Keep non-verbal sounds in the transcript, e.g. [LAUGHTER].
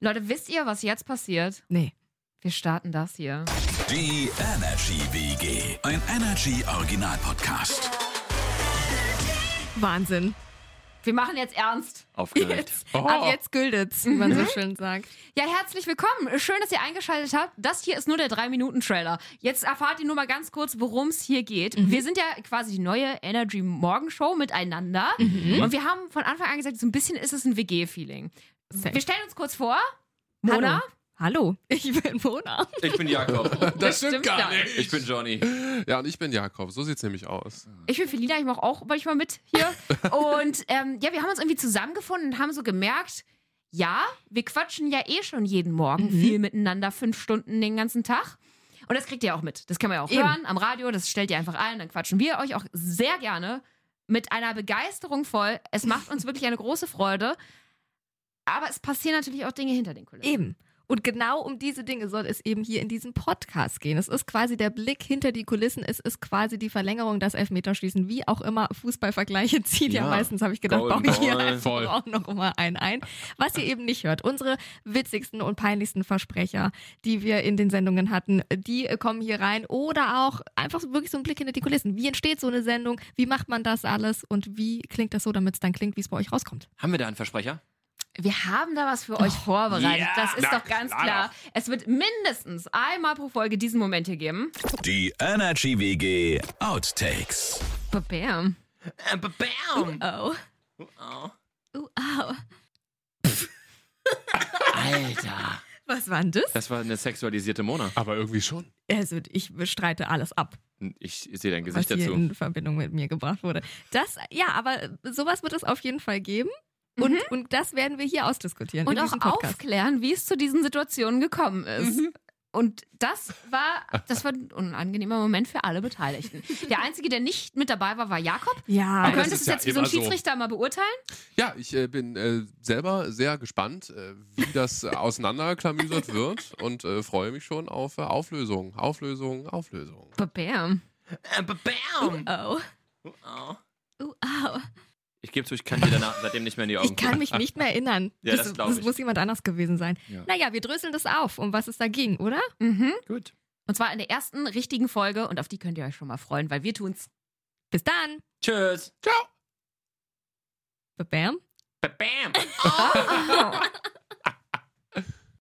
Leute, wisst ihr, was jetzt passiert? Nee. Wir starten das hier. Die Energy WG. Ein Energy Original Podcast. Wahnsinn. Wir machen jetzt ernst. Aufgeregt. Ab jetzt gültet's, wie man so schön sagt. Ja, herzlich willkommen. Schön, dass ihr eingeschaltet habt. Das hier ist nur der 3-Minuten-Trailer. Jetzt erfahrt ihr nur mal ganz kurz, worum es hier geht. Wir sind ja quasi die neue Energy Morgenshow miteinander. Und wir haben von Anfang an gesagt, so ein bisschen ist es ein WG-Feeling. Safe. Wir stellen uns kurz vor. Mona? Hallo. Hallo. Ich bin Mona. Ich bin Jakob. Das stimmt gar nicht. Ich bin Johnny. Ja, und ich bin Jakob. So sieht's nämlich aus. Ich bin Felina, ich mache auch manchmal mit hier. und ähm, ja, wir haben uns irgendwie zusammengefunden und haben so gemerkt, ja, wir quatschen ja eh schon jeden Morgen viel miteinander, fünf Stunden den ganzen Tag. Und das kriegt ihr auch mit. Das kann man ja auch Eben. hören am Radio, das stellt ihr einfach ein, dann quatschen wir euch auch sehr gerne mit einer Begeisterung voll. Es macht uns wirklich eine große Freude. Aber es passieren natürlich auch Dinge hinter den Kulissen. Eben. Und genau um diese Dinge soll es eben hier in diesem Podcast gehen. Es ist quasi der Blick hinter die Kulissen, es ist quasi die Verlängerung, das Elfmeterschießen, wie auch immer Fußballvergleiche [LAUGHS] zieht. Ja, Ja. meistens habe ich gedacht, Golden baue ich hier Ball. einfach [LAUGHS] Voll. auch noch mal einen ein. Was ihr eben nicht hört, unsere witzigsten und peinlichsten Versprecher, die wir in den Sendungen hatten, die äh, kommen hier rein oder auch einfach wirklich so ein Blick hinter die Kulissen. Wie entsteht so eine Sendung? Wie macht man das alles? Und wie klingt das so, damit es dann klingt, wie es bei euch rauskommt? Haben wir da einen Versprecher? Wir haben da was für euch vorbereitet. ja, das ist na doch ganz klar klar. Es wird mindestens einmal pro Folge diesen Moment hier geben. Die Energy WG Outtakes. Bam. Bam! Oh. Uh, au. Alter. Was war denn das? Das war eine sexualisierte Mona. Aber irgendwie schon. Also ich bestreite alles ab, Ich sehe dein was Gesicht hier dazu. in Verbindung mit mir gebracht wurde. Das, ja, aber sowas wird es auf jeden Fall geben. Und, und das werden wir hier ausdiskutieren. Mhm. Und in auch diesem Podcast. aufklären, wie es zu diesen Situationen gekommen ist. Und das war, das war ein unangenehmer Moment für alle Beteiligten. Der Einzige, der nicht mit dabei war, war Jakob. Ah, Ja, Du Aber das könntest ist es ja jetzt wie so ein immer so. Schiedsrichter mal beurteilen. Ja, ich äh, bin äh, selber sehr gespannt, äh, wie das äh, auseinanderklamüsert wird und äh, freue mich schon auf äh, Auflösung, Auflösung, Auflösung. Bam. Bam! oh, uh, au. Ich gebe zu, ich kann dir danach seitdem nicht mehr in die Augen Ich kann mich nicht mehr erinnern. [LAUGHS] Ja, das das glaub das ich. muss jemand anders gewesen sein. Ja. Naja, wir dröseln das auf, um was es da ging, oder? Mhm. gucken. Gut. Und zwar in der ersten richtigen Folge und auf die könnt ihr euch schon mal freuen, weil wir tun's. Bis dann. Tschüss. Bam. Bam!